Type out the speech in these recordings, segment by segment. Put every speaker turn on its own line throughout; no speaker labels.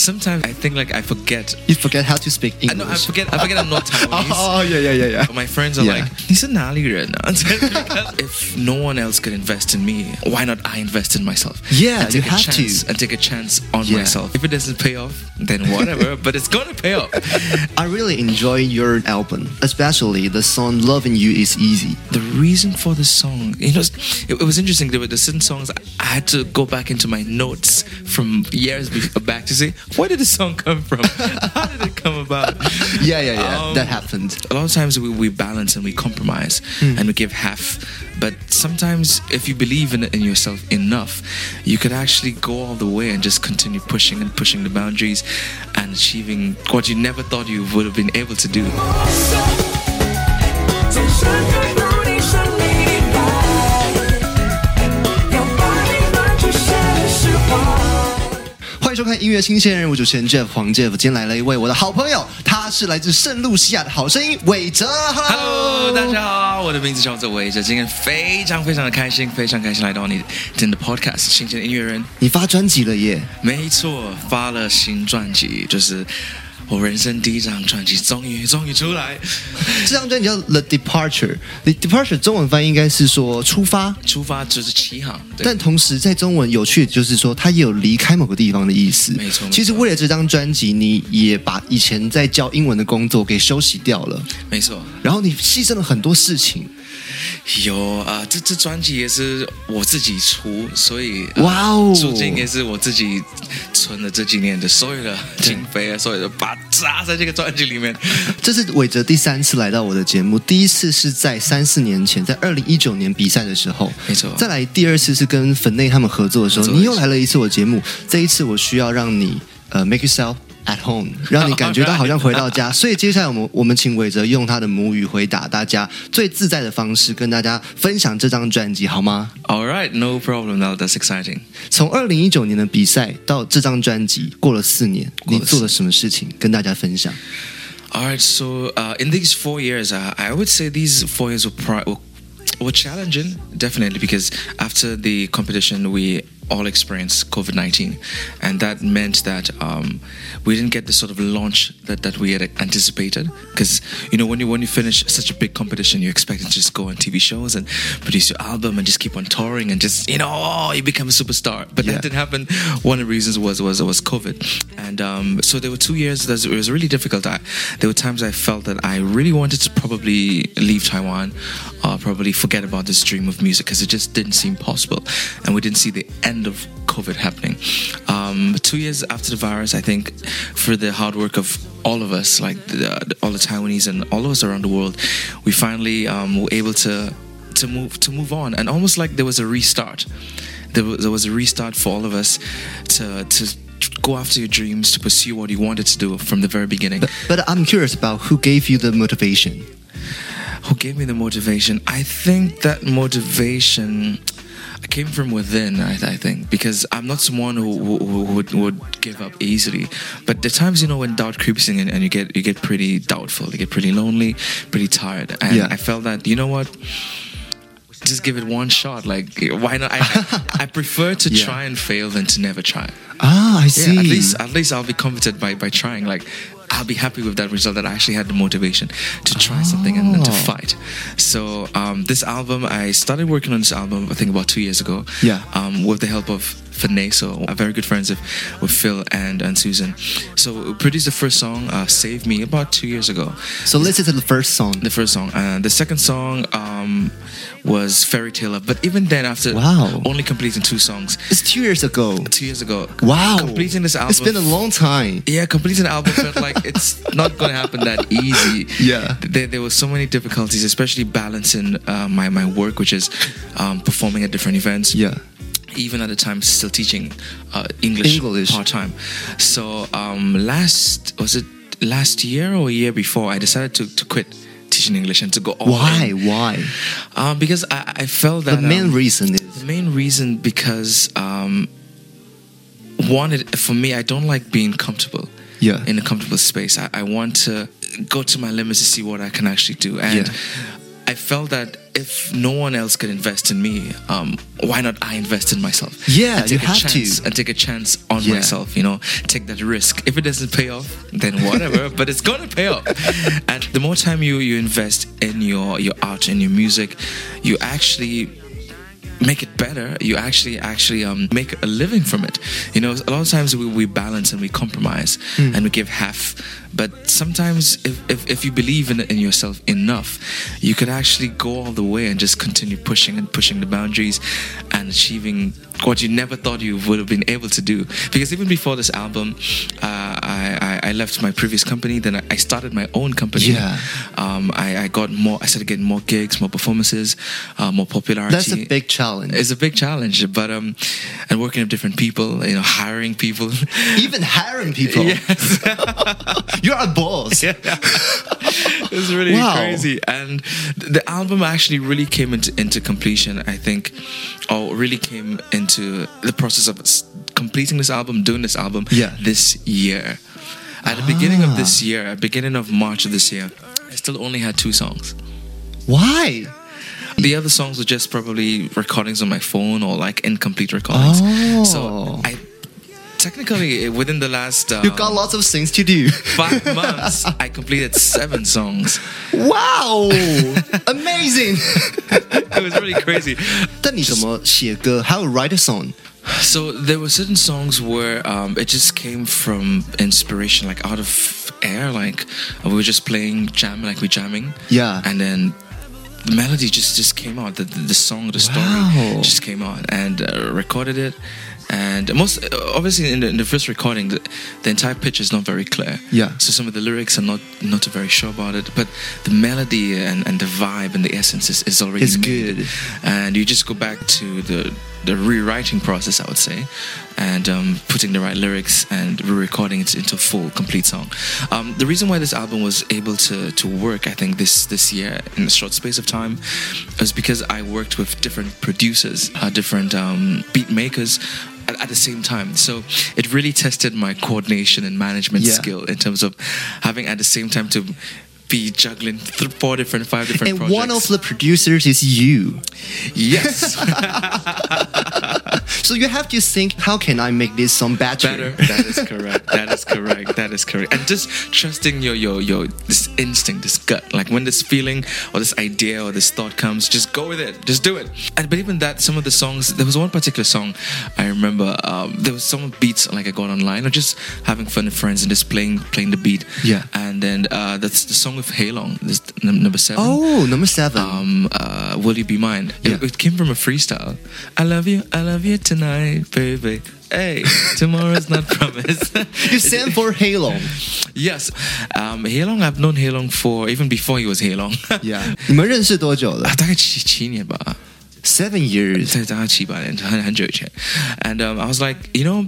sometimes I think like I forget.
You forget how to speak
I, no, I
English.
forget. I forget I'm not Taiwanese.
Oh, yeah, yeah, yeah, yeah.
But my friends are
Yeah.
like, he's a Nali Ren. if no one else could invest in me, why not I invest in myself?
Yeah,
and take
you
a
have to.
chance, And take a chance on
Yeah.
myself. If it doesn't pay off, then whatever. but it's gonna pay off.
I really enjoy your album, especially the song "Loving You Is Easy."
The reason for the song, you know, it, it was interesting. There were the certain songs I had to go back into my notes from years be- back to say, where did the song come from? How did it come about?
Yeah, yeah, yeah.
Um,
that happened.
a lot of times we, we balance and we compromise and we give half but sometimes if you believe in, in yourself enough you could actually go all the way and just continue pushing and pushing the boundaries and achieving what you never thought you would have been able to do
只想看到你胜利败，要把你们这些释怀。
欢迎收看音乐新鲜人，我主持人 Jeff 黄 Jeff，今天来了一位我的好朋友，他是来自圣露西亚的好声音韦哲。Hello，
Hello，大家好，我的名字叫做韦哲，今天非常非常的开心，非常开心来到你今天的 Podcast 新鲜的音乐人。
你发专辑了耶！
没错，发了新专辑，就是我人生第一张专辑，终于终于出来，
这张专辑叫《The Departure》，《The Departure》中文翻译应该是说出发，
出发就是起航。对
但同时在中文有趣的就是说，它也有离开某个地方的意思。
没错
其实
没错
为了这张专辑，你也把以前在教英文的工作给休息掉了，
没错，
然后你牺牲了很多事情。
有啊、呃这这专辑也是我自己出，所以呃
哇哦
出镜也是我自己存了这几年的所有的经费啊，所有的把它砸在这个专辑里 面。
这是韦哲第三次来到我的节目，第一次是在三四年前，在二零一九年比赛的时候，
没错
再来第二次是跟粉内他们合作的时候，
合作
你又来了一次我节目。这一次我需要让你呃 make yourself at home，让你感觉到好像回到 家。所以接下来我们我们请韦哲用他的母语回答大家最自在的方式，跟大家分享这张专辑好吗？
All right, no problem. Now that's exciting.
从二零一九年的比赛到这张专辑过了四年，
过
你
了
做了什么事情跟大家分享？
All right, so uh, in these four years, uh, I would say these four years were, pri- were, were challenging, definitely, because after the competition, we all experienced COVID 19. And that meant that um, we didn't get the sort of launch that, that we had anticipated. Because, you know, when you, when you finish such a big competition, you expect to just go on TV shows and produce your album and just keep on touring and just, you know, oh, you become a superstar. But
Yeah.
that didn't happened. One of the reasons was was was COVID, and um, so there were two years that it was really difficult. I, there were times I felt that I really wanted to probably leave Taiwan, uh, probably forget about this dream of music because it just didn't seem possible, and we didn't see the end of COVID happening. Um, two years after the virus, I think, for the hard work of all of us, like the, the- all the Taiwanese and all of us around the world, we finally um, were able to to move to move on and almost like there was a restart there was, there was a restart for all of us to to go after your dreams to pursue what you wanted to do from the very beginning
But I'm curious about who gave you the motivation.
who gave me the motivation i think that motivation came from within I, I think because i'm not someone who, who, who would, would give up easily but the times you know when doubt creeps in and, and you get you get pretty doubtful you get pretty lonely pretty tired and
Yeah.
i felt that you know what just give it one shot like why not i, I, I prefer to
Yeah.
try and fail than to never try
Ah, I see.
yeah, at least at least I'll be comforted by by trying. Like I'll be happy with that result that I actually had the motivation to try something and, and to
Oh.
fight. So um, this album, I started working on this album I think about two years ago.
Yeah.
Um, with the help of Finney, so I'm very good friends of, with Phil and and Susan. So we produced the first song, uh, "Save Me," about two years ago.
so listen to the first song.
The first song. Uh, the second song um, was Fairy Tale Love. But even then, after
Wow.
only completing two songs,
It's two years ago.
two years ago,
Wow.
completing this album
It's been a long time.
yeah, completing an album felt like it's not going to happen that easy.
Yeah.
there, there were so many difficulties, especially balancing uh, my my work, which is um, performing at different events.
Yeah.
even at the time still teaching uh, English,
English.
part time. So um, last was it last year or a year before? I decided to to quit teaching English and to go all
Why?
in.
Why?
Um, because I, I felt that
The main
um,
reason is
the main reason because um, one, it, for me, I don't like being comfortable.
Yeah.
In a comfortable space, I, I want to go to my limits to see what I can actually do, and
Yeah.
I felt that if no one else could invest in me, um, why not I invest in myself?
Yeah,
and take
you
a
have to.
chance and take a chance on
Yeah.
myself. You know, take that risk. If it doesn't pay off, then whatever. but it's gonna pay off. And the more time you you invest in your your art and your music, you actually make it better you actually actually um, make a living from it you know a lot of times we, we balance and we compromise
Hmm.
and we give half but sometimes if, if, if you believe in, in yourself enough you could actually go all the way and just continue pushing and pushing the boundaries and achieving what you never thought you would have been able to do because even before this album uh, I, I, I left my previous company then I- I started my own company
Yeah.
um, I, I got more I started getting more gigs more performances uh, more popularity
That's a big challenge.
it's a big challenge, but um, and working with different people, you know, hiring people.
Even hiring people.
Yes.
You're a boss.
it was really
Wow.
crazy, and th- the album actually really came into, into completion. I think, or really came into the process of s- completing this album, doing this album,
Yeah.
this year. At the beginning
Ah.
of this year, at beginning of March of this year, I still only had two songs.
Why?
The other songs were just probably recordings on my phone or like incomplete recordings.
Oh.
So I technically within the last um,
You've got lots of things to do.
five months, I completed seven songs.
wow! Amazing!
It was really crazy.
但你怎么写歌？How to write a song？
So there were certain songs where um, it just came from inspiration, like out of air. Like we were just playing jam, like we're jamming.
Yeah.
And then the melody just just came out. The the, the song, the
Wow.
story just came out, and uh, recorded it. And most obviously in the, in the first recording, the, the entire pitch is not very clear.
Yeah.
So some of the lyrics are not not very sure about it, but the melody and, and the vibe and the essence is, is already
It's
made
good.
and you just go back to the the rewriting process, I would say, and um, putting the right lyrics and re-recording it into a full, complete song. Um, the reason why this album was able to to work, I think, this this year in a short space of time, is because I worked with different producers, uh, different um, beat makers. At, at the same time, so it really tested my coordination and management
Yeah.
skill in terms of having at the same time to be juggling th- four different, five different
And
projects.
one of the producers is you.
yes.
So you have to think, how can I make this song better?
better. That is correct. That is correct. That is correct. And just trusting your your your this instinct, this gut. Like when this feeling or this idea or this thought comes, just go with it. Just do it. And but even that, some of the songs. There was one particular song I remember. Um, there was some beats like I got online or just having fun with friends and just playing playing the beat.
Yeah.
And then uh, that's the song with Halong, this num- number seven
Oh, number seven.
um, uh, "Will You Be Mine." It,
Yeah.
it came from a freestyle. I love you, I love you tonight, baby. Hey, tomorrow's not promised.
you sang for Halo.
yes, um, Heilong. I've known Heilong for even before he was Heilong.
你们认识多久了
啊，大概七七年吧，
？Seven years.
在大概七八年，很很久以前。And um, I was like, you know.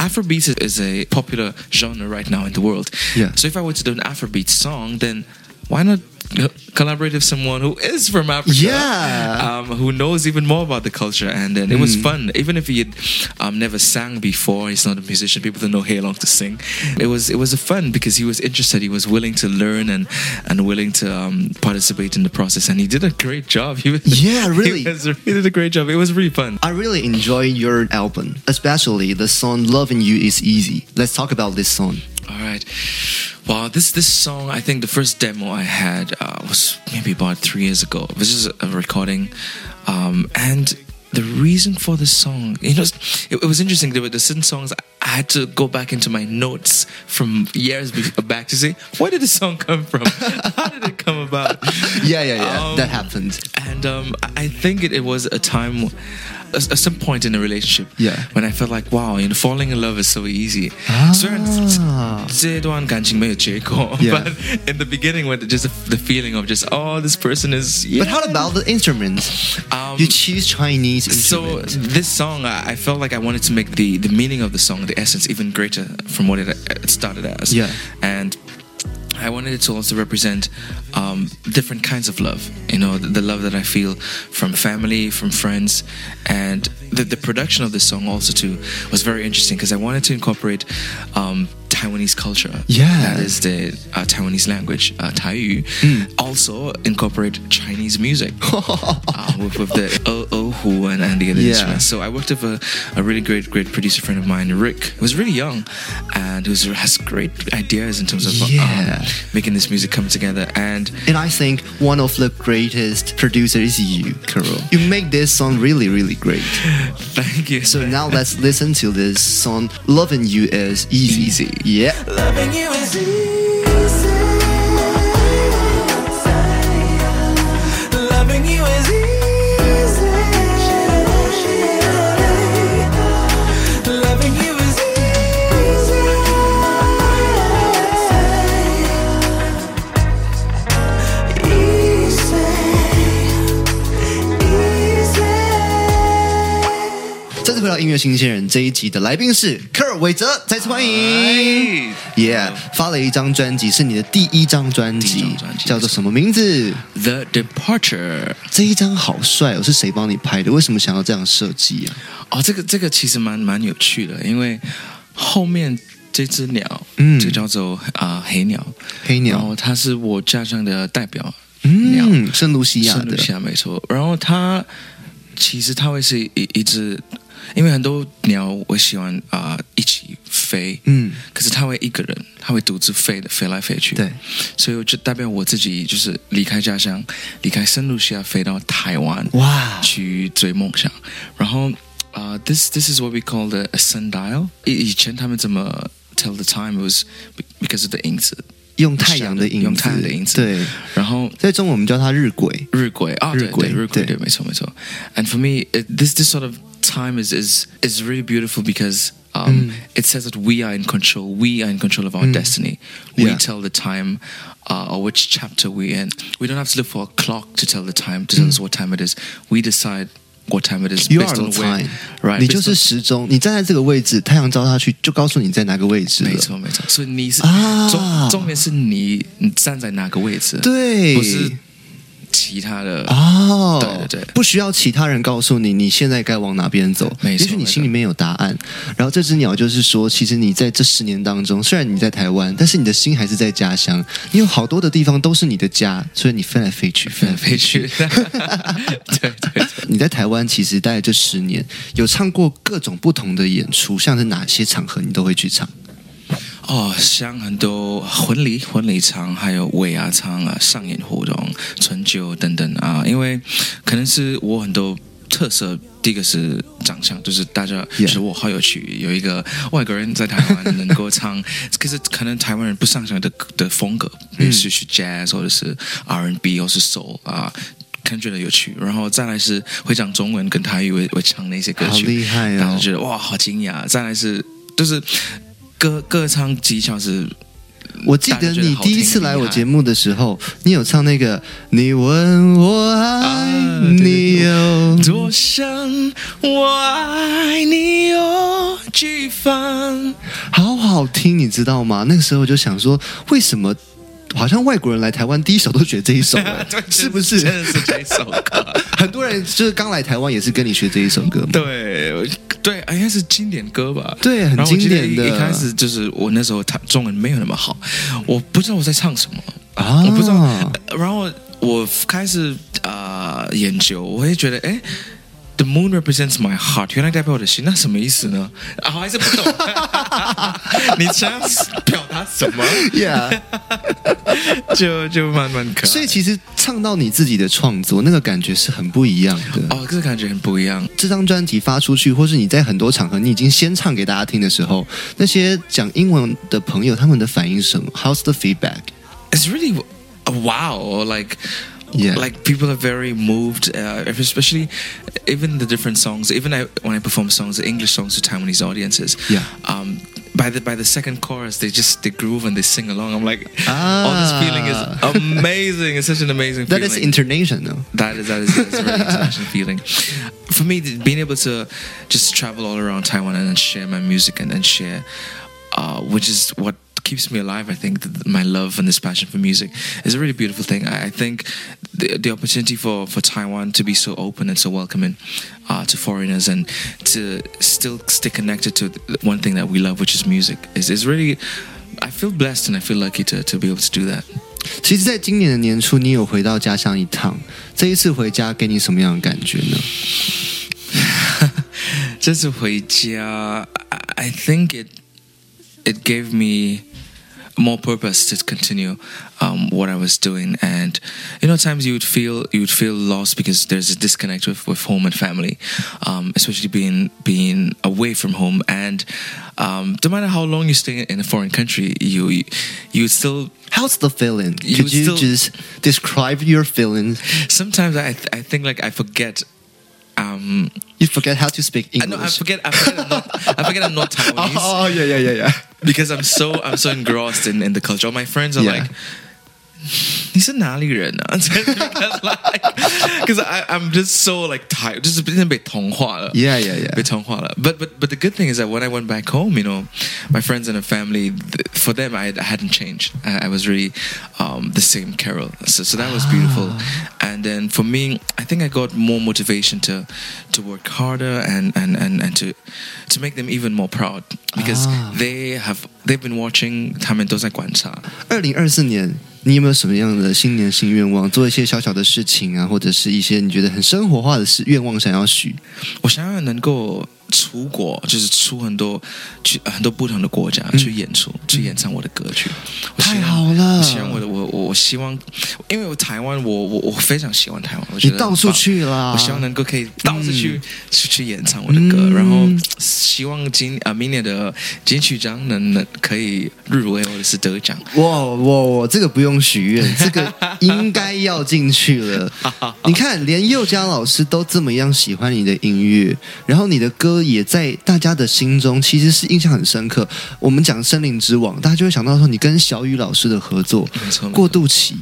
Afrobeat is a popular genre right now in the world.
Yeah.
So if I were to do an Afrobeat song, then why not uh, collaborate with someone who is from Africa?
Yeah.
um, who knows even more about the culture. And then it was
Hmm.
fun, even if he had um, never sang before. He's not a musician. People don't know Heilong to sing. It was it was fun because he was interested. He was willing to learn and and willing to um, participate in the process. And he did a great job. He was,
Yeah, really.
He, was- he did a great job. It was really fun.
I really enjoy your album, especially the song "Loving You Is Easy." Let's talk about this song.
All right. Well, this this song, I think the first demo I had uh, was maybe about three years ago. It was just a recording, um, and the reason for this song, you know, it, it was interesting. There were the certain songs I had to go back into my notes from years before, back to say, where did this song come from? How did it come about?
Yeah, yeah, yeah.
Um,
that happened.
And um, I- I think it, it was a time, at some point in a relationship,
Yeah. Ah.
when I felt like, wow, you know, falling in love is so easy.
啊。
虽然这段感情没有结果
Yeah.
but in the beginning, when just the feeling of just oh, this person is yeah.
But how about the instruments?
Um,
you choose Chinese
so
instruments.
this song, I, I felt like I wanted to make the the meaning of the song, the essence, even greater from what it, it started as.
Yeah.
and. I wanted it to also represent um, different kinds of love, you know, the, the love that I feel from family, from friends, and the, the production of this song also too was very interesting because I wanted to incorporate um, Taiwanese culture.
Yeah. Mm.
that is the uh, Taiwanese language, uh, Taiyu. Also incorporate Chinese music uh, with, with the oh oh hu and, and the other
Yeah.
instruments. So I worked with a, a really great great producer friend of mine, Rick, who was really young, and who has great ideas in terms of um,
Yeah.
making this music come together. And
And I think one of the greatest producers is you, Carol. You make this song really, really great.
thank you.
So now let's listen to this song. Loving you is easy.
Easy.
Yeah.
Loving you is easy. Loving you is easy. Loving you is easy. Easy. Easy.
再次回到音乐新鲜人这一集的来宾是科尔韦泽，再次欢迎
嗨。
Yeah，发了一张专辑，是你的第一张专
第一
辑
张专，辑
叫做什么名字？
The Departure。
这一张好帅哦，是谁帮你拍的？为什么想要这样设计啊？
哦，Oh, 这个这个其实蛮蛮有趣的，因为后面这只鸟，
嗯
就叫做啊、呃黑鸟，
黑
然
鸟，
后它是我家乡的代表哦鸟，
嗯，圣露西亚
圣
的
露，西啊亚没错。然后它其实它会是一一只，因为很多鸟我喜欢啊、呃一起飞，
嗯，
可是它会一个人，它会独自飞的，飞来飞去，
对，
所以我就代表我自己，就是离开家乡，离开圣露西亚，飞到台湾，
哇，
去追梦想。然后啊、t h i s this is what we call the sundial。以以前他们怎么 tell the time was because of the 影子，
用太阳的影子，
用太阳的影子
对，
然后
在中文我们叫它日晷。
日晷啊，对
日晷
对日晷，
对
对，没错没错。And for me, it, this this sort of time is is is really beautiful because.
Mm.
Um, It says that we are in control. We are in control of our destiny. We
Yeah.
tell the time uh, or which chapter we're in. We don't have to look for a clock to tell the time, to tell us what time it is. We decide what time it is
Mm. You are
based
the
on where.
time，
Right.
你
based
就
on-
是时钟，你站在这个位置，太阳照下去就告诉你在哪个位置了。
没错，没错。所以你是、
啊
重重点是你你站在哪个位置，，
对，
不是其他的。
Ah. 哦，
对对对
不需要其他人告诉你你现在该往哪边走，
没
也
错
许你心里面有答案。然后这只鸟就是说，其实你在这十年当中，虽然你在台湾，但是你的心还是在家乡，你有好多的地方都是你的家，所以你飞来飞去，飞来飞
飞
去。
去，对对对，
你在台湾其实待这十年，有唱过各种不同的演出，像是哪些场合你都会去唱？
哦，像很多婚礼、婚礼场，还有尾牙场啊、上演活动、春酒等等啊，因为可能是我很多特色。第一个是长相，就是大家
Yeah.
觉得我好有趣，有一个外国人在台湾能够 唱，可是可能台湾人不擅长的的风格，也许是
嗯
jazz 或者是 R&B 或是 soul 啊，可能觉得有趣。然后再来是会讲中文跟台语，会会唱那些歌曲，
好厉害哦
然后觉得哇，好惊讶。再来是就是歌歌唱技巧是，
我记得你第一次来我节目的时候，你有唱那个“你问我爱
啊
你有
多想我爱你哦有几分？
好好听，你知道吗？那个时候我就想说，为什么好像外国人来台湾第一首都觉得这一首、哎
对
是不是？
真的是这首歌。
很多人就是刚来台湾也是跟你学这一首歌嘛。
对对，哎应该是经典歌吧？
对很
然后我记得
经典的
一一开始就是我那时候他中文没有那么好，我不知道我在唱什么
啊
我不知道。呃然后我开始啊、呃研究，我也觉得哎。The moon represents my heart，原来代表我的心，那什么意思呢？啊，我还是不懂。 你想要表达什么？啊
Yeah，
就就慢慢看。
所以其实唱到你自己的创作，那个感觉是很不一样的。
哦，这个感觉很不一样。
这张专辑发出去，或是你在很多场合你已经先唱给大家听的时候，那些讲英文的朋友他们的反应是什么？How's the feedback？
it's really a wow like
Yeah.
like people are very moved uh, especially even the different songs even I, when i perform songs the english songs to taiwanese audiences
Yeah.
um by the by the second chorus they just they groove and they sing along i'm like
Ah.
oh this feeling is amazing it's such an amazing
That
feeling
is international.
that is that is, that is a very international feeling. For me, th- being able to just travel all around Taiwan and then share my music and then share, uh, which is what keeps me alive. I think th- my love and this passion for music is a really beautiful thing. I, I think the, the opportunity for, for Taiwan to be so open and so welcoming uh, to foreigners and to still stay connected to the one thing that we love, which is music, is, is really. I feel blessed and I feel lucky to, to be able to do that.
其实，在今年的年初，你有回到家乡一趟，这一次回家给你什么样的感觉呢？
这次回家, I I think it it gave me more purpose to continue um, what I was doing. And you know, at times you would feel you would feel lost because there's a disconnect with, with home and family, um, especially being being away from home. And um, no matter how long you stay in a foreign country, you you, you still
How's the feeling?
You
Could you
still-
just describe your feelings?
sometimes I I think like I forget. Um,
You forget how to speak
I, no, I
English.
forget. I forget. I'm not, I forget. I'm not Taiwanese.
oh, yeah, yeah, yeah, yeah.
because I'm so I'm so engrossed in, in the culture. All my friends are
Yeah.
like, "He's a Nali right because like, 'cause I I'm just so like tired. Just been bit
Yeah, yeah, yeah.
But but but the good thing is that when I went back home, you know, my friends and the family, th- for them I, had- I hadn't changed. I, I was really um, the same Carol. So so that was beautiful. And then for me, I think I got more motivation to to work harder and and and, and to to make them even more proud because
Ah.
they have they've been watching 他们都在观察。
二零二四年，你有没有什么样的新年新愿望？做一些小小的事情啊，或者是一些你觉得很生活化的事愿望想要许？
我想要能够出国，就是出很多去呃很多不同的国家去演出，去演唱我的歌曲。我希望
嗯太好了
我希望我的我我我希望，因为我台湾，我我我非常喜欢台湾，我觉
你
得
到
很
处
棒
去啦！
我希望能够可以到处去、去去演唱我的歌，
嗯
然后希望今啊、明年的金曲奖能能可以入围或者是得奖。
哇哇哇！这个不用许愿，这个应该要进去 了。你看，连佑嘉老师都这么样喜欢你的音乐，然后你的歌也在大家的心中其实是印象很深刻。我们讲《森林之王》，大家就会想到说你跟小雨老师的合作
没错没错
《过渡期》。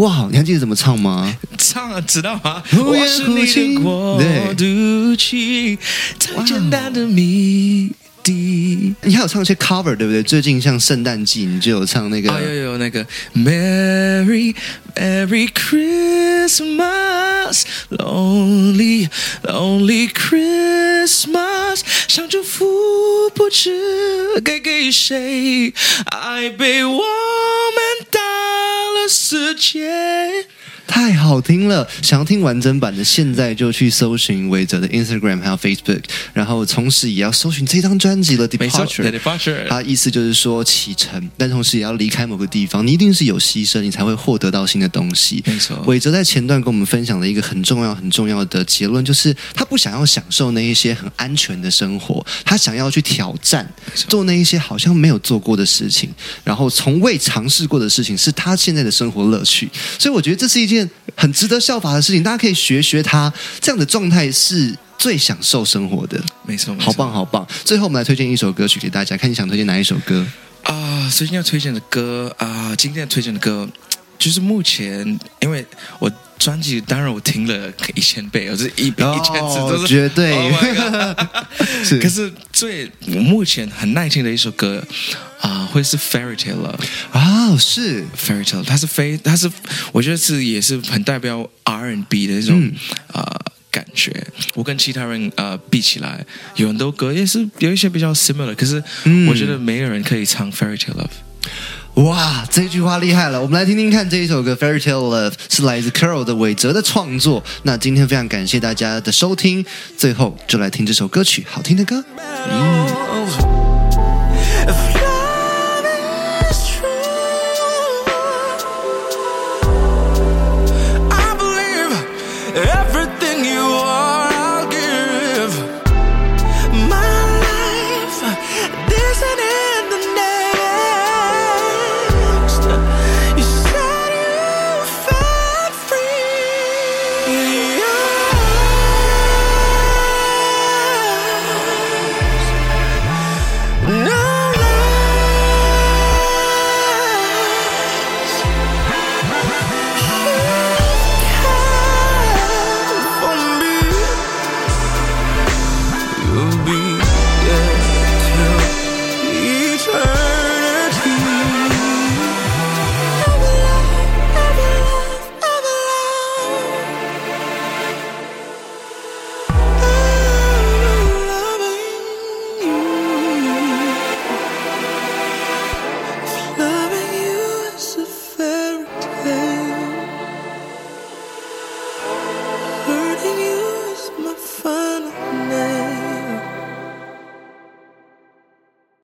哇，你还记得怎么唱吗？
唱啊，知道吗？
无
我
言
是
哭
你
泣
的过渡期，太
哦
简单的谜底。
你还有唱一些 cover，对不对？最近像圣诞季，你就有唱那个。
哦，有有有那个 Merry Merry Christmas Lonely Lonely Christmas，想祝福不知该给谁，爱被我们打了死结。
太好听了！想要听完整版的，现在就去搜寻韦哲的 Instagram 还有 Facebook，然后同时也要搜寻这张专辑了。
没错
Departure，
The Departure
它意思就是说启程，但同时也要离开某个地方，你一定是有牺牲，你才会获得到新的东西。
没错
韦哲在前段跟我们分享了一个很重要、很重要的结论，就是他不想要享受那一些很安全的生活，他想要去挑战，做那一些好像没有做过的事情，然后从未尝试过的事情，是他现在的生活乐趣。所以我觉得这是一件很值得效法的事情，大家可以学学他这样的状态是。最享受生活的，
没错没错
好棒好棒！最后我们来推荐一首歌曲给大家，看你想推荐哪一首歌？
啊，最近要推荐的歌啊、今天要推荐的歌，就是目前因为我专辑，当然我听了一千倍，我是一、一
哦
千次都是
绝对
Oh my God
是
可是最我目前很耐听的一首歌啊、会是 Fairy Tale Love。
啊，是
Fairy Tale，它是非它是，我觉得是也是很代表 R N B 的一种、
嗯
呃感觉。我跟其他人呃比起来，有很多歌也是有一些比较 similar，可是
嗯
我觉得没有人可以唱 Fairy Tale Love。
哇，这句话厉害了！我们来听听看这一首歌《Fairy Tale Love》是来自 Carol 的韦哲的创作。那今天非常感谢大家的收听，最后就来听这首歌曲，好听的歌。
mellow.